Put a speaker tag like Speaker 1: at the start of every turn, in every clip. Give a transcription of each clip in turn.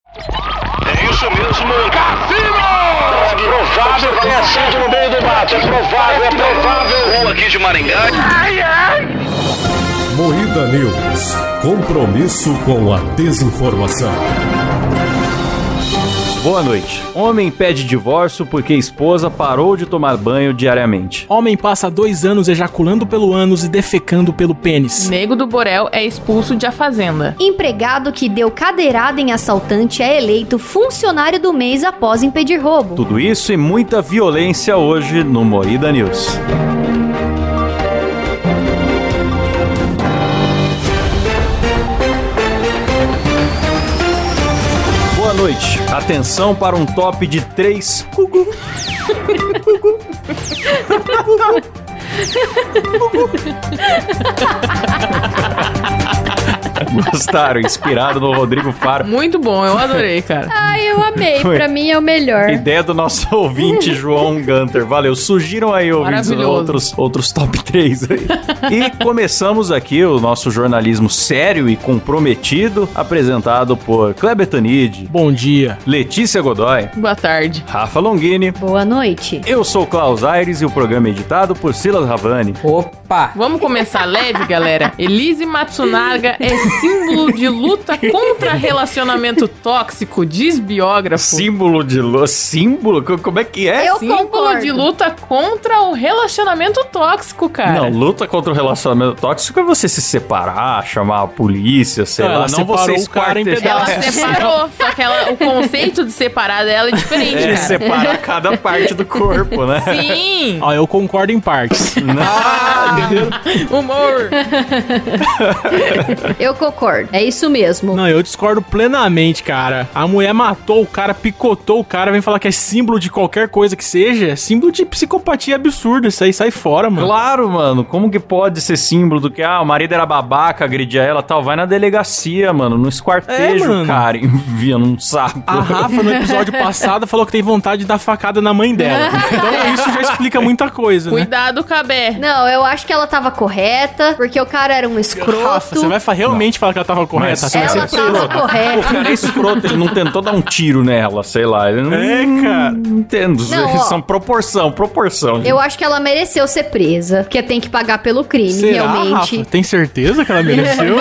Speaker 1: É mesmo. Cassino! É provável que tenha sido no meio do mato. É provável, é provável. Ou aqui de Maringá. Ai, ai.
Speaker 2: Moída News. Compromisso com a desinformação.
Speaker 3: Boa noite. Homem pede divórcio porque esposa parou de tomar banho diariamente.
Speaker 4: Homem passa dois anos ejaculando pelo ânus e defecando pelo pênis.
Speaker 5: Nego do Borel é expulso de A Fazenda.
Speaker 6: Empregado que deu cadeirada em assaltante é eleito funcionário do mês após impedir roubo.
Speaker 3: Tudo isso e muita violência hoje no Moída News. Boa noite. Atenção para um top de três. Gugu. Gugu. Gostaram, inspirado no Rodrigo Faro.
Speaker 5: Muito bom, eu adorei, cara.
Speaker 6: Ai, eu amei.
Speaker 3: Foi.
Speaker 6: Pra mim é o melhor.
Speaker 3: Ideia do nosso ouvinte João Gunter. Valeu. Surgiram aí ouvintes
Speaker 5: Maravilhoso.
Speaker 3: outros, outros top 3 aí. E começamos aqui o nosso jornalismo sério e comprometido, apresentado por Kleber Tanid,
Speaker 4: Bom dia.
Speaker 3: Letícia Godoy,
Speaker 5: Boa tarde.
Speaker 3: Rafa Longini.
Speaker 6: Boa noite.
Speaker 3: Eu sou o Klaus Aires e o programa é editado por Silas Ravani.
Speaker 7: Opa!
Speaker 5: Vamos começar leve, galera? Elise Matsunaga é símbolo de luta contra relacionamento tóxico, diz biógrafo.
Speaker 3: É Símbolo de luz. Símbolo? Co- Como é que é?
Speaker 6: Eu
Speaker 5: símbolo
Speaker 6: concordo.
Speaker 5: de luta contra o relacionamento tóxico, cara.
Speaker 3: Não, luta contra o relacionamento tóxico é você se separar, chamar a polícia, sei
Speaker 4: Ela
Speaker 3: lá, não
Speaker 4: separou
Speaker 3: você
Speaker 4: o cara em
Speaker 5: Ela
Speaker 4: pedaços.
Speaker 3: esquartejar.
Speaker 5: separou, só que ela- o conceito de separar dela é diferente,
Speaker 3: É,
Speaker 5: cara.
Speaker 3: separar cada parte do corpo, né?
Speaker 5: Sim!
Speaker 4: Ó, eu concordo em partes.
Speaker 3: Ah,
Speaker 5: Humor!
Speaker 6: Eu concordo. É isso mesmo.
Speaker 4: Não, eu discordo plenamente, cara. A mulher matou o cara, picotou o cara, vem falar que é símbolo de qualquer coisa que seja. É símbolo de psicopatia absurda. Isso aí sai fora, mano.
Speaker 3: claro, mano. Como que pode ser símbolo do que, ah, o marido era babaca, agredia ela tal? Vai na delegacia, mano, no esquartejo,
Speaker 4: É, mano.
Speaker 3: cara, enviando um saco.
Speaker 4: A Rafa, no episódio passado, falou que tem vontade de dar facada na mãe dela. Então isso já explica muita coisa, né?
Speaker 5: Cuidado, Cabé.
Speaker 6: Não, eu acho que ela tava correta, porque o cara era um escroto.
Speaker 4: Rafa, você vai fa- realmente falar que ela tava correta?
Speaker 3: Mas- tá
Speaker 4: Assim,
Speaker 6: Ela
Speaker 4: assim?
Speaker 6: tava
Speaker 3: é O
Speaker 6: correta.
Speaker 3: cara é escroto, ele não tentou dar um tiro nela, sei lá. Ele não,
Speaker 4: É, cara.
Speaker 3: Não entendo.
Speaker 6: Não, ó.
Speaker 3: São proporção, proporção. gente.
Speaker 6: Eu acho que ela mereceu ser presa, porque tem que pagar pelo crime, realmente.
Speaker 4: Rafa? Tem certeza que ela mereceu?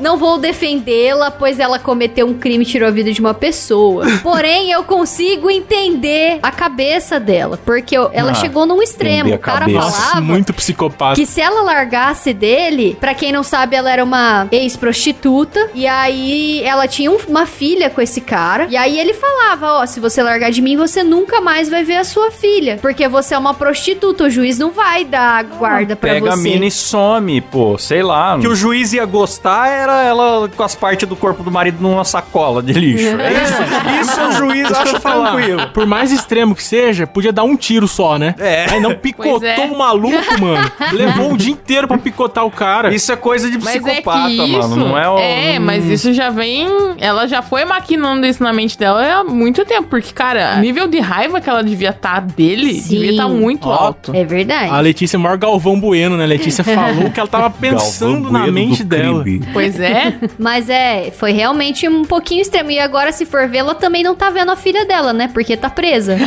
Speaker 6: Não vou defendê-la, pois ela cometeu um crime e tirou a vida de uma pessoa. Porém, eu consigo entender a cabeça dela, porque eu- ela
Speaker 3: Ah,
Speaker 6: chegou num extremo.
Speaker 3: entender a
Speaker 6: O cara
Speaker 3: cabeça.
Speaker 4: Nossa,
Speaker 6: falava
Speaker 4: muito psicopata.
Speaker 6: que se ela largasse dele, pra quem não sabe, ela era uma ex-prostituta, e aí ela tinha um- uma filha com esse cara, e aí ele falava, ó, se você largar de mim, você nunca mais vai ver a sua filha, porque você é uma prostituta, o juiz não vai dar guarda pra
Speaker 3: Pega a mina
Speaker 6: você.
Speaker 3: e some, pô, sei lá. O que o juiz ia gostar era ela com as partes do corpo do marido numa sacola de lixo. É isso, isso o juiz
Speaker 4: Deixa
Speaker 3: acha
Speaker 4: eu falar.
Speaker 3: tranquilo.
Speaker 4: Por mais extremo que seja, podia dar um tiro só, né?
Speaker 3: É.
Speaker 4: Aí não picotou
Speaker 5: Pois é.
Speaker 4: o maluco, mano. Levou o dia inteiro pra picotar o cara.
Speaker 3: Isso é coisa de
Speaker 5: Mas
Speaker 3: psicopata,
Speaker 5: é que isso...
Speaker 3: mano. Não é o.
Speaker 5: É, mas isso já vem... Ela já foi maquinando isso na mente dela há muito tempo. Porque, cara, o nível de raiva que ela devia estar dele
Speaker 6: Sim.
Speaker 5: devia estar muito
Speaker 4: Ó,
Speaker 5: alto.
Speaker 6: É verdade.
Speaker 4: A Letícia é o maior Galvão Bueno, né? A Letícia falou que ela tava pensando
Speaker 3: Galvão
Speaker 4: na
Speaker 3: Bueno
Speaker 4: mente
Speaker 3: do
Speaker 4: dela.
Speaker 3: crime.
Speaker 5: Pois é.
Speaker 6: Mas é, foi realmente um pouquinho extremo. E agora, se for ver, ela também não tá vendo a filha dela, né? Porque tá presa.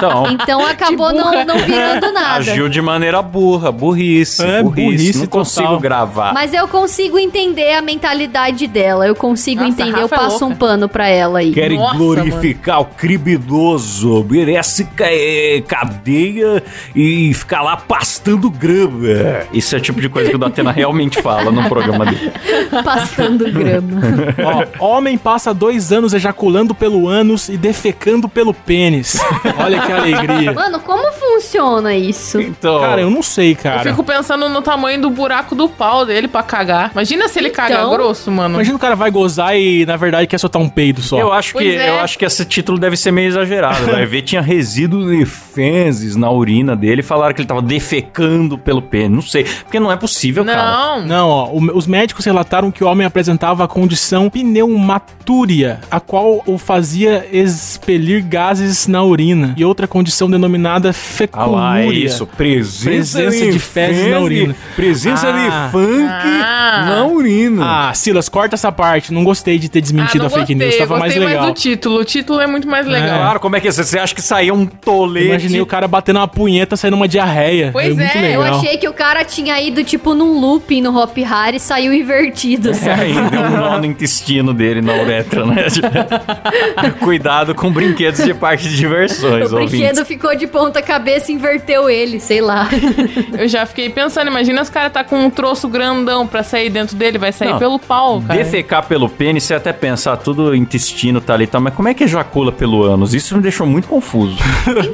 Speaker 3: Então,
Speaker 6: Então acabou não, não virando nada.
Speaker 3: agiu de maneira burra, burrice.
Speaker 4: É,
Speaker 3: burrice.
Speaker 4: burrice
Speaker 3: Não
Speaker 4: total.
Speaker 3: consigo gravar.
Speaker 6: Mas eu consigo entender a mentalidade dela. Eu consigo
Speaker 5: Nossa,
Speaker 6: entender. Eu
Speaker 5: Rafa é
Speaker 6: passo um
Speaker 5: louca.
Speaker 6: pano pra ela aí.
Speaker 3: Querem
Speaker 5: Nossa,
Speaker 3: glorificar o criminoso, merece ca- eh, cadeia e ficar lá pastando grama. Isso é o tipo de coisa que o Datena realmente fala no programa dele.
Speaker 6: Passando grama.
Speaker 4: Ó, homem passa dois anos ejaculando pelo ânus e defecando pelo pênis. Olha que alegria.
Speaker 6: Mano, como funciona isso?
Speaker 3: Então,
Speaker 4: Cara, eu não sei,
Speaker 5: Eu
Speaker 4: cara.
Speaker 5: fico pensando no tamanho do buraco do pau dele pra cagar. Imagina se ele caga
Speaker 6: Então-
Speaker 5: grosso, mano.
Speaker 4: Imagina o cara vai gozar e, na verdade, quer soltar um peido só.
Speaker 3: eu acho, que,
Speaker 5: Pois é.
Speaker 3: eu acho que esse título deve ser meio exagerado. né? Vai ver, tinha resíduos de fezes na urina dele e falaram que ele tava defecando pelo pênis. Não sei, porque não é possível, cara.
Speaker 5: Não.
Speaker 4: Não, é ó, o- os médicos relataram que o homem apresentava a condição pneumatúria, a qual o fazia expelir gases na urina, e outra condição denominada
Speaker 3: Ah lá, é
Speaker 4: fecolúria.
Speaker 3: isso. Presença,
Speaker 4: Presença de fezes na urina.
Speaker 3: Presença
Speaker 4: Ah.
Speaker 3: de funk
Speaker 5: Ah.
Speaker 3: na urina.
Speaker 4: Ah, Silas, corta essa parte. Não gostei de ter desmentido
Speaker 5: Ah, não
Speaker 4: a fake
Speaker 5: gostei,
Speaker 4: news. Tava mais
Speaker 5: gostei
Speaker 4: legal.
Speaker 5: do título. O título é muito mais legal.
Speaker 3: Claro, como é que é? Você acha que saiu um tolete?
Speaker 4: Imaginei o cara batendo uma punheta saindo uma diarreia.
Speaker 5: Pois
Speaker 4: muito
Speaker 5: é,
Speaker 6: Eu
Speaker 4: legal.
Speaker 6: achei que o cara tinha ido, tipo, num looping no Hop Hari e saiu invertido,
Speaker 3: É,
Speaker 6: sabe?
Speaker 3: aí deu um nó no intestino dele, na uretra, né? Cuidado com brinquedos de parque de diversões,
Speaker 6: O
Speaker 3: ouvintes.
Speaker 6: brinquedo ficou de ponta cabeça e inverteu ele, sei lá.
Speaker 5: Eu já fiquei pensando, imagina os caras tá com um troço grandão pra sair dentro dele, vai sair
Speaker 3: Não,
Speaker 5: pelo pau, cara.
Speaker 3: Defecar pelo pênis, você até pensar, tudo intestino tá ali e tal, mas como é que ejacula pelo ânus? Isso me deixou muito confuso.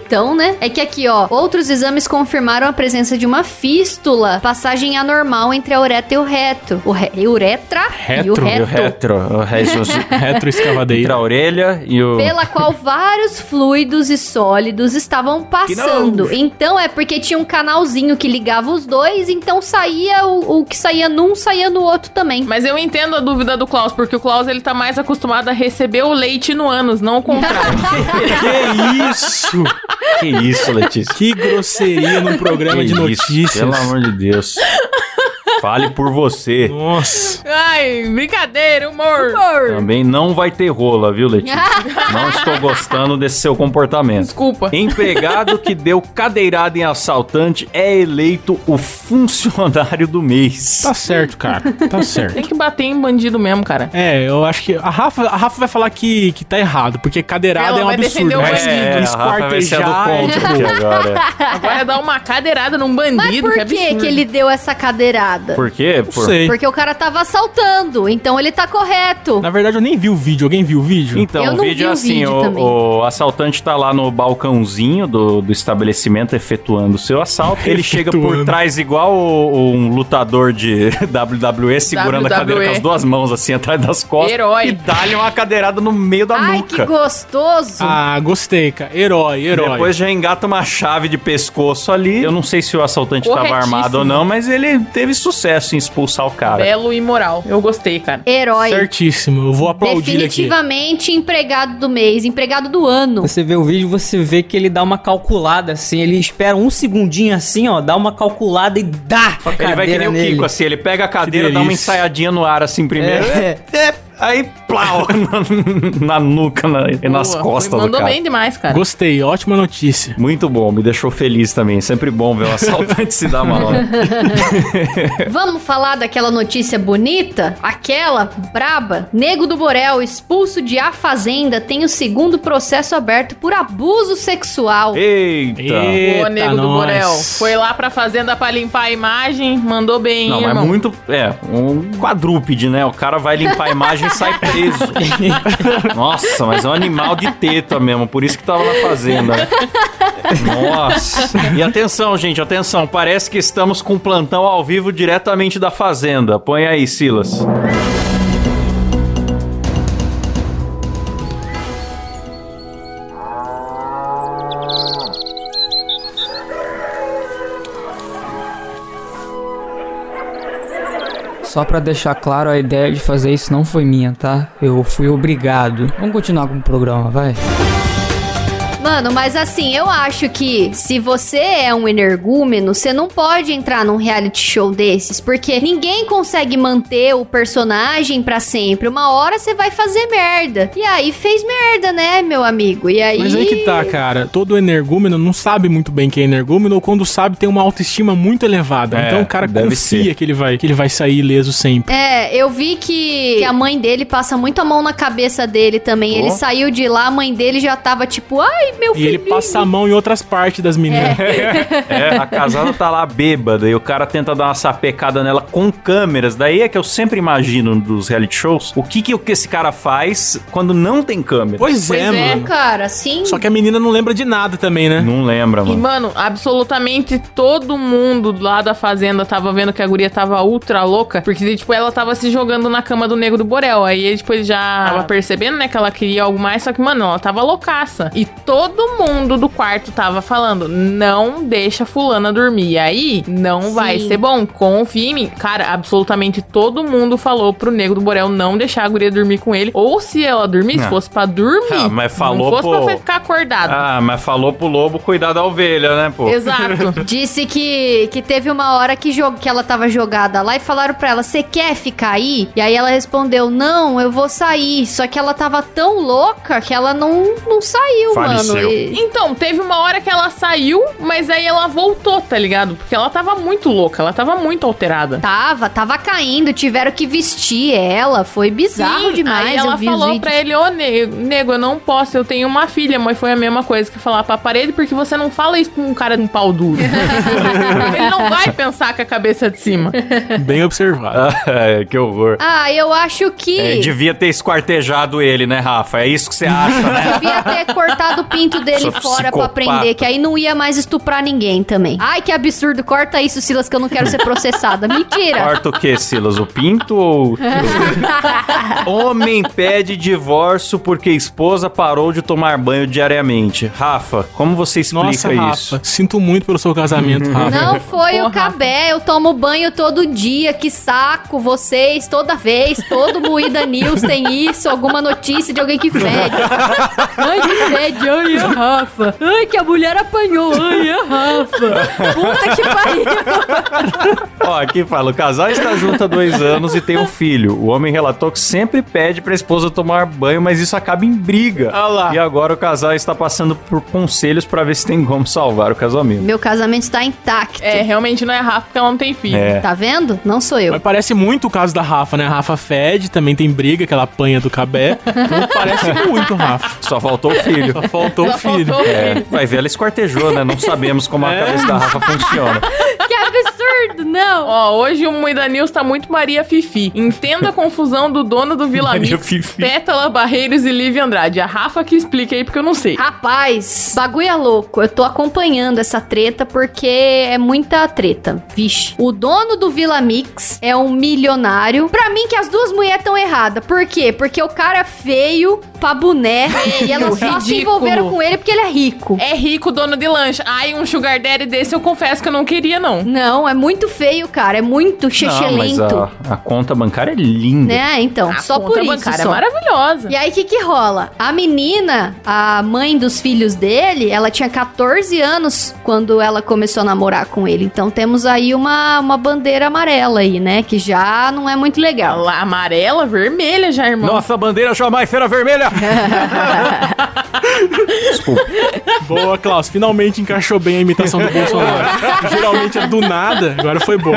Speaker 6: Então, né? É que aqui, ó, outros exames confirmaram a presença de uma fístula, passagem anormal entre a ureta e o reto. O re... e uretra e o
Speaker 4: Retro,
Speaker 3: E o
Speaker 6: reto.
Speaker 3: retro, o resto, entre
Speaker 4: Retroescavadeira.
Speaker 3: a orelha e o...
Speaker 6: Pela qual vários fluidos e sólidos estavam passando. Então é porque tinha um canalzinho que ligava os dois, então saía o, o que saía num, saía no outro também.
Speaker 5: Mas eu entendo a dúvida do Klaus, porque o Klaus ele tá mais acostumado a receber o leite no ânus, não o contrário.
Speaker 4: Que isso?
Speaker 3: Que isso, Letícia?
Speaker 4: Que grosseria num programa
Speaker 3: Que
Speaker 4: de
Speaker 3: isso,
Speaker 4: notícias.
Speaker 3: Pelo amor de Deus. Fale por você.
Speaker 4: Nossa.
Speaker 5: Ai, brincadeira, humor.
Speaker 3: Também não vai ter rola, viu, Letícia? Não estou gostando desse seu comportamento.
Speaker 5: Desculpa.
Speaker 3: Empregado que deu cadeirada em assaltante é eleito o funcionário do mês.
Speaker 4: Tá certo, cara. Tá certo.
Speaker 5: Tem que bater em bandido mesmo, cara.
Speaker 4: É, eu acho que. A Rafa, a Rafa vai falar que, que tá errado, porque cadeirada
Speaker 5: Ela
Speaker 4: é um
Speaker 5: vai defender
Speaker 3: Então,
Speaker 4: absurdo. mas
Speaker 5: o bandido.
Speaker 3: a é, Rafa vai ser a do
Speaker 4: esquartejar é-
Speaker 3: contra aqui agora.
Speaker 5: Agora é dar uma cadeirada num bandido,
Speaker 6: Mas por
Speaker 5: que
Speaker 6: que,
Speaker 5: absurdo.
Speaker 6: que ele deu essa cadeirada?
Speaker 3: Por quê?
Speaker 4: Não
Speaker 3: Por-
Speaker 4: sei.
Speaker 6: Porque o cara tava assaltando, então ele tá correto.
Speaker 4: Na verdade, eu nem vi o vídeo. Alguém viu o vídeo?
Speaker 6: Eu
Speaker 3: Então, o
Speaker 6: não vi
Speaker 3: vídeo
Speaker 6: o
Speaker 3: é assim,
Speaker 6: vídeo também.
Speaker 3: o, o assaltante tá lá no balcãozinho do, do estabelecimento efetuando o seu assalto. Ele chega por
Speaker 4: Efetuando.
Speaker 3: trás igual o- o- um lutador de WWE segurando a cadeira
Speaker 5: WWE.
Speaker 3: com as duas mãos assim atrás das costas.
Speaker 5: Herói.
Speaker 3: E dá-lhe uma cadeirada no meio da
Speaker 6: Ai, que
Speaker 3: nuca.
Speaker 6: gostoso.
Speaker 4: Ah, gostei, cara. Herói, herói.
Speaker 3: Depois já engata uma chave de pescoço ali. Eu não sei se o assaltante tava
Speaker 5: Corretíssimo.
Speaker 3: armado ou não, mas ele teve sucesso em expulsar o cara.
Speaker 5: Belo e moral. Eu gostei, cara.
Speaker 6: Herói.
Speaker 4: Certíssimo. Eu vou aplaudir ele aqui.
Speaker 6: Definitivamente empregado do mês, empregado do ano.
Speaker 7: Você vê o vídeo, você vê que ele dá uma calculada assim, ele espera um segundinho assim, ó, dá uma calculada e dá. a
Speaker 3: Ele vai que
Speaker 7: cadeira
Speaker 3: nem o
Speaker 7: nele.
Speaker 3: Kiko, assim, ele pega a cadeira,
Speaker 4: Que
Speaker 3: dá uma
Speaker 4: delícia.
Speaker 3: ensaiadinha no ar, assim, primeiro.
Speaker 7: É.
Speaker 3: É, aí, plau, na, na nuca na- e nas
Speaker 5: Boa.
Speaker 3: costas do
Speaker 5: Mandou
Speaker 3: cara.
Speaker 5: bem demais, cara.
Speaker 4: Gostei, ótima notícia.
Speaker 3: Muito bom, me deixou feliz também. Sempre bom ver um assaltante se dar mal.
Speaker 6: Vamos falar daquela notícia bonita? Aquela braba? Nego do Borel, expulso de A Fazenda, tem o segundo processo aberto por abuso sexual.
Speaker 3: Eita!
Speaker 5: Boa, nego
Speaker 3: tá
Speaker 5: do
Speaker 4: nós.
Speaker 5: Borel. Foi lá pra fazenda pra limpar a imagem, mandou bem,
Speaker 3: Não,
Speaker 5: hein,
Speaker 3: mas
Speaker 5: irmão.
Speaker 3: muito. É, um quadrúpede, né? O cara vai limpar a imagem e sai preso. Nossa, mas é um animal de teta mesmo, por isso que tava na fazenda. Nossa. E atenção, gente, atenção. Parece que estamos com um plantão ao vivo diretamente da fazenda. Põe aí, Silas.
Speaker 7: Só pra deixar claro, a ideia de fazer isso não foi minha, tá? Eu fui obrigado. Vamos continuar com o programa, vai.
Speaker 6: Mano, mas assim, eu acho que se você é um energúmeno, você não pode entrar num reality show desses, porque ninguém consegue manter o personagem pra sempre. Uma hora você vai fazer merda. E aí fez merda, né, meu amigo? E aí.
Speaker 4: Mas aí que tá, cara. Todo energúmeno não sabe muito bem que é energúmeno, ou quando sabe tem uma autoestima muito elevada.
Speaker 3: É,
Speaker 4: então o cara
Speaker 3: deve
Speaker 4: confia
Speaker 3: ser.
Speaker 4: que ele vai que ele vai sair ileso sempre.
Speaker 6: É, eu vi que, que a mãe dele passa muito a mão na cabeça dele também.
Speaker 3: Pô.
Speaker 6: Ele saiu de lá, a mãe dele já tava tipo, ai, meu
Speaker 4: E ele
Speaker 6: filho.
Speaker 4: passa a mão em outras partes das meninas.
Speaker 3: É, a casada tá lá bêbada e o cara tenta dar uma sapecada nela com câmeras. Daí é que eu sempre imagino dos reality shows o que, que, o que esse cara faz quando não tem câmera.
Speaker 4: Pois,
Speaker 5: Pois
Speaker 4: é,
Speaker 5: é.
Speaker 6: É,
Speaker 4: mano.
Speaker 6: cara, sim.
Speaker 4: Só que a menina não lembra de nada também, né?
Speaker 3: Não lembra,
Speaker 5: E,
Speaker 3: mano.
Speaker 5: mano, absolutamente todo mundo lá da fazenda tava vendo que a guria tava ultra louca, porque, tipo, ela tava se jogando na cama do Nego do Borel. Aí, tipo, ele já tava percebendo, né, que ela queria algo mais, só que, mano, ela tava loucaça. E todo mundo do quarto tava falando: não deixa fulana dormir. E aí, não
Speaker 6: Sim.
Speaker 5: vai ser bom. Confia em mim. Cara, absolutamente todo mundo falou pro nego do Borel não deixar a guria dormir com ele. Ou se ela dormisse,
Speaker 3: Ah.
Speaker 5: fosse pra dormir.
Speaker 3: Ah, mas falou,
Speaker 5: não fosse
Speaker 3: pô.
Speaker 5: pra você ficar acordado.
Speaker 3: Ah, mas falou pro lobo cuidar da ovelha, né, pô?
Speaker 5: Exato.
Speaker 6: Disse que, que teve uma hora que, jo- que ela tava jogada lá e falaram pra ela: Você quer ficar aí? E aí ela respondeu: Não, eu vou sair. Só que ela tava tão louca que ela não, não saiu,
Speaker 3: Faleceu.
Speaker 6: mano. E-
Speaker 5: Então, teve uma hora que ela saiu, mas aí ela voltou, tá ligado? Porque ela tava muito louca, ela tava muito alterada.
Speaker 6: Tava, tava caindo, tiveram que vestir ela. Foi bizarro
Speaker 5: Sim,
Speaker 6: demais.
Speaker 5: Aí ela
Speaker 6: eu vi os
Speaker 5: falou
Speaker 6: vídeos.
Speaker 5: pra ele, ô nego, nego, eu não posso, eu tenho uma filha, mas foi a mesma coisa que falar pra parede, porque você não fala isso pra um cara com pau duro. ele não vai pensar com a cabeça de cima.
Speaker 4: Bem observado.
Speaker 3: Ah, que horror.
Speaker 6: Ah, eu acho que.
Speaker 3: É, devia ter esquartejado ele, né, Rafa? É isso que você acha, né?
Speaker 6: Devia ter cortado o pinto dele
Speaker 3: Sou
Speaker 6: fora pra
Speaker 3: psicopata.
Speaker 6: prender, que aí não ia mais estuprar ninguém também. Ai, que absurdo. Corta isso, Silas, que eu não quero ser processada. Mentira.
Speaker 3: Corta o que, Silas? O pinto ou. Homem pede divórcio porque esposa parou de tomar banho diariamente. Rafa, como você explica
Speaker 4: Nossa,
Speaker 3: isso? Uhum.
Speaker 4: Rafa, sinto muito pelo seu casamento, Rafa.
Speaker 6: Não foi o
Speaker 5: Porra.
Speaker 6: Cabé, eu tomo banho todo dia, que saco vocês, toda vez, todo Moída News tem isso, alguma notícia de alguém que fede. Ai, que fede, ai, É a Rafa. Ai, que a mulher apanhou, ai, a Rafa. Puta que pariu.
Speaker 3: Ó, aqui fala, o casal está junto há dois anos e tem um filho. O homem relatou que sempre pede pra esposa tomar banho, mas isso acaba em briga.
Speaker 4: Ah lá.
Speaker 3: E agora o casal está passando por conselhos pra ver se tem como salvar o casamento.
Speaker 6: Meu casamento está intacto.
Speaker 5: É, realmente não é Rafa, porque ela não tem filho.
Speaker 3: É.
Speaker 6: Tá vendo? Não sou eu.
Speaker 4: Mas parece muito o caso da Rafa, né? A Rafa fede, também tem briga, que ela apanha do cabé. Então parece muito, Rafa.
Speaker 3: Só faltou o filho.
Speaker 4: Só faltou o
Speaker 5: Só
Speaker 4: filho.
Speaker 5: faltou-
Speaker 3: É, vai ver, ela esquartejou, né? Não sabemos como a
Speaker 4: É.
Speaker 3: cabeça da Rafa funciona.
Speaker 6: Que absurdo, não.
Speaker 5: Ó, hoje o Muida News tá muito Maria Fifi. Entenda a confusão do dono do Vila
Speaker 3: Maria
Speaker 5: Mix,
Speaker 3: Fifi.
Speaker 5: Pétala Barreiros e Lívia Andrade. A Rafa que explica aí, porque eu não sei.
Speaker 6: Rapaz, bagulho é louco. Eu tô acompanhando essa treta porque é muita treta. Vixe. O dono do Vila Mix é um milionário. Pra mim, que as duas mulheres estão erradas. Por quê? Porque o cara é feio pra boné e elas só se
Speaker 5: ridículo.
Speaker 6: envolveram com ele porque ele é rico.
Speaker 5: É rico, dono de lanche. Ai, um sugar daddy desse eu confesso que eu não queria, não.
Speaker 6: Não, é muito feio, cara. É muito
Speaker 3: Não, mas
Speaker 6: chechelento.
Speaker 3: a, a conta bancária é linda.
Speaker 6: Né? Então,
Speaker 5: A
Speaker 6: só
Speaker 5: conta
Speaker 6: por isso.
Speaker 5: bancária é
Speaker 6: só.
Speaker 5: maravilhosa.
Speaker 6: E aí, o que que rola? A menina, a mãe dos filhos dele, ela tinha 14 anos quando ela começou a namorar com ele. Então, temos aí uma, uma bandeira amarela aí, né? Que já não é muito legal.
Speaker 5: Lá, amarela, vermelha já, irmão.
Speaker 3: Nossa bandeira jamais será vermelha! Desculpa.
Speaker 4: Boa, Klaus. Finalmente encaixou bem a imitação do Bolsonaro. Geralmente é do nada, agora foi bom.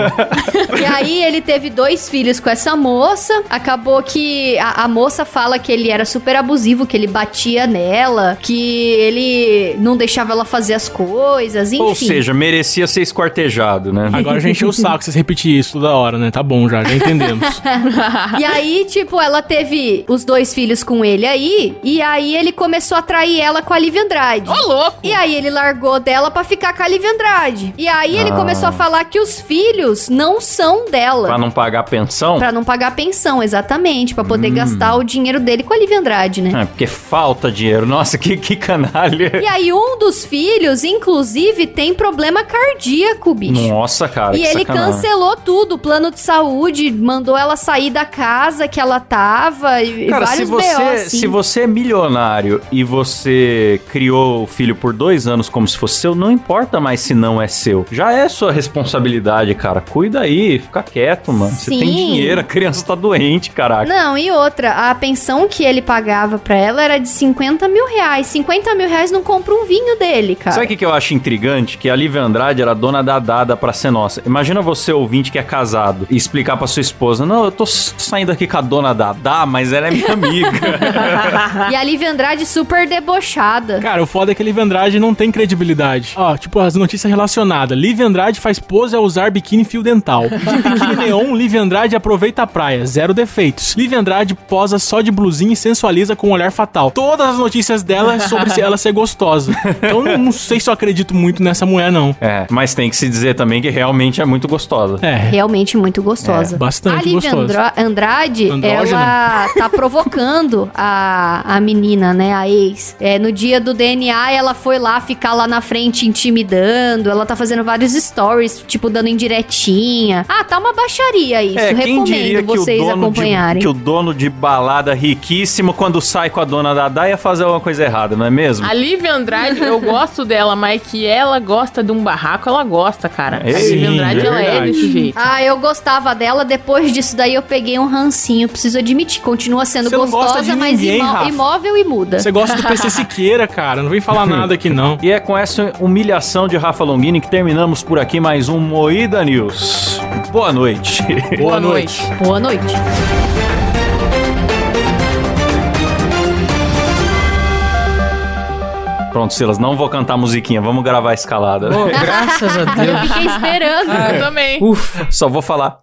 Speaker 6: E aí, ele teve dois filhos com essa moça. Acabou que a, a moça fala que ele era super abusivo, que ele batia nela, que ele não deixava ela fazer as coisas, enfim. É.
Speaker 3: Ou seja, merecia ser esquartejado, né?
Speaker 4: Agora já encheu o saco vocês repetirem isso toda hora, né? Tá bom já, já entendemos.
Speaker 6: E aí, tipo, ela teve os dois filhos com ele aí, e aí ele começou a trair ela com a Lívia Andrade.
Speaker 5: Ô, louco!
Speaker 6: E aí ele largou dela pra ficar com a Lívia Andrade. E aí ele
Speaker 3: Ah.
Speaker 6: começou a falar que os filhos não são dela.
Speaker 3: Pra não pagar a pensão?
Speaker 6: Pra não pagar pensão, exatamente. Pra
Speaker 3: Hum.
Speaker 6: poder gastar o dinheiro dele com a Lívia Andrade, né?
Speaker 3: É, porque falta dinheiro. Nossa, que, que canalha.
Speaker 6: E aí um dos filhos, inclusive, tem problema cardíaco, bicho.
Speaker 3: Nossa, cara,
Speaker 6: E
Speaker 3: que
Speaker 6: ele
Speaker 3: sacanagem.
Speaker 6: cancelou tudo, o plano de saúde, mandou ela sair da casa que ela tava, e e
Speaker 3: Cara, se
Speaker 6: vários
Speaker 3: você,
Speaker 6: BO, assim.
Speaker 3: se você é milionário e você criou o filho por dois anos como se fosse seu, não importa mais se não é seu. Já é sua responsabilidade, cara. Cuida aí, fica quieto, mano. Você tem
Speaker 6: Sim.
Speaker 3: dinheiro, a criança tá doente, caraca.
Speaker 6: Não, e outra, a pensão que ele pagava pra ela era de 50 mil reais. 50 mil reais não compra um vinho dele, cara.
Speaker 3: Sabe o que, que eu acho intrigante? Que a Lívia Andrade era dona da dada pra ser nossa. Imagina você, ouvinte, que é casado, e explicar pra sua esposa: Não, eu tô s- saindo aqui com a dona Dadá, mas ela é minha amiga.
Speaker 6: E a Lívia Andrade super debochada.
Speaker 4: Cara, o foda é que a Liv Andrade não tem credibilidade. Ó, tipo, as notícias relacionadas. Liv Andrade faz pose ao usar biquíni fio dental. De biquíni neon, Liv Andrade aproveita a praia. Zero defeitos. Liv Andrade posa só de blusinha e sensualiza com um olhar fatal. Todas as notícias dela é sobre se- ela ser gostosa. Então não, não sei se eu acredito muito nessa mulher, não.
Speaker 3: é, mas tem que se dizer também que realmente é muito gostosa.
Speaker 4: É.
Speaker 6: Realmente muito gostosa.
Speaker 4: É, bastante
Speaker 6: a Lívia
Speaker 4: gostosa.
Speaker 6: Andra- Andrade,
Speaker 4: Andrógena.
Speaker 6: ela tá provocando a a, a menina, né? A ex. É, no dia do DNA, ela foi lá ficar lá na frente intimidando. Ela tá fazendo vários stories, tipo, dando indiretinha. Ah, tá uma baixaria isso.
Speaker 3: É, quem diria
Speaker 6: Recomendo
Speaker 3: que o,
Speaker 6: vocês
Speaker 3: dono de,
Speaker 6: acompanharem.
Speaker 3: que o dono de balada riquíssimo, quando sai com a dona Dadá, ia fazer alguma coisa errada, não é mesmo?
Speaker 5: A Liv Andrade, eu gosto dela, mas que ela gosta de um barraco, ela gosta, cara. a
Speaker 3: Sim,
Speaker 5: Liv Andrade,
Speaker 4: é
Speaker 5: ela é
Speaker 4: verdade.
Speaker 5: desse jeito.
Speaker 6: Ah, eu gostava dela. Depois disso daí eu peguei um rancinho. Preciso admitir, continua sendo
Speaker 4: Você não gosta
Speaker 6: gostosa,
Speaker 4: de
Speaker 6: mas
Speaker 4: ninguém,
Speaker 6: imó-
Speaker 4: Rafa.
Speaker 6: imóvel e muda.
Speaker 4: Você gosta do PC Siqueira, cara. Não vem falar nada aqui, não.
Speaker 3: E é com essa humilhação de Rafa Longini que terminamos por aqui mais um Moída News. Boa noite.
Speaker 4: Boa noite.
Speaker 6: Boa noite.
Speaker 3: Pronto, Silas, não vou cantar musiquinha, vamos gravar a escalada.
Speaker 7: Pô, graças a Deus.
Speaker 6: Fiquei esperando.
Speaker 5: Eu também.
Speaker 7: Ufa.
Speaker 3: Só vou falar.